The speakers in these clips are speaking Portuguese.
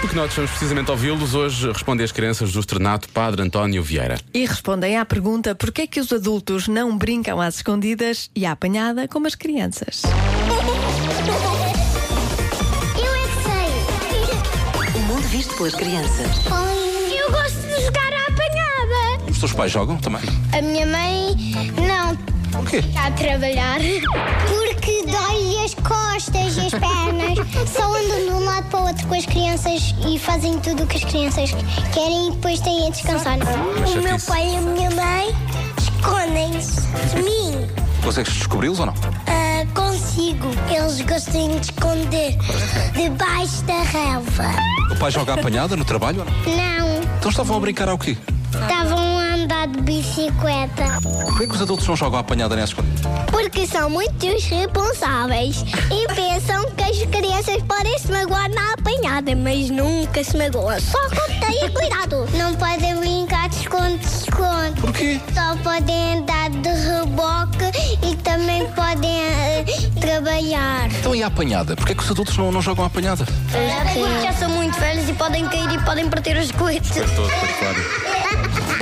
pequenotes, vamos precisamente ouvi-los. Hoje respondem as crianças do Estrenato Padre António Vieira. E respondem à pergunta por que é que os adultos não brincam às escondidas e à apanhada como as crianças. Eu é que O mundo visto pelas crianças. sei. Eu gosto de jogar à apanhada. Os teus pais jogam também? A minha mãe não quê? está a trabalhar. Porque dói as costas e as pernas. Só andam de um lado para o outro com as crianças e fazem tudo o que as crianças querem e depois têm a descansar. Mas é O meu isso. pai e a minha mãe escondem-se de mim. Consegues descobri-los ou não? Ah, consigo. Eles gostam de esconder debaixo da relva. O pai joga apanhada no trabalho ou não? Não, Então estavam a brincar ao quê? estavam a andar de bicicleta. Porquê que os adultos não jogam apanhada nessas escondidas? Porque são muito irresponsáveis e pensam que as crianças podem se magoar na apanhada, mas nunca se magoam. Só quando têm cuidado. Não podem brincar de esconde-esconde. Porquê? Só podem andar de reboque e também podem eh, trabalhar. Então e a apanhada? Porquê que os adultos não, não jogam apanhada? Já são muito velhos e podem cair e podem partir os coisas.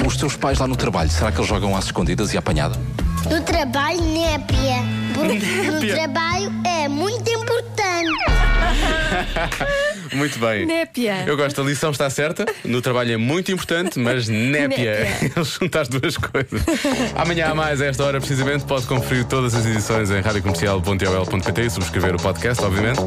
Os teus pais lá no trabalho, será que eles jogam às escondidas e apanhada? No trabalho, népia. Porque no trabalho é muito importante. Muito bem. Népia. Eu gosto, a lição está certa. No trabalho é muito importante, mas népia. Népia. Eles juntam as duas coisas. Amanhã a mais, a esta hora, precisamente, pode conferir todas as edições em radiocomercial.ol.pt e subscrever o podcast, obviamente.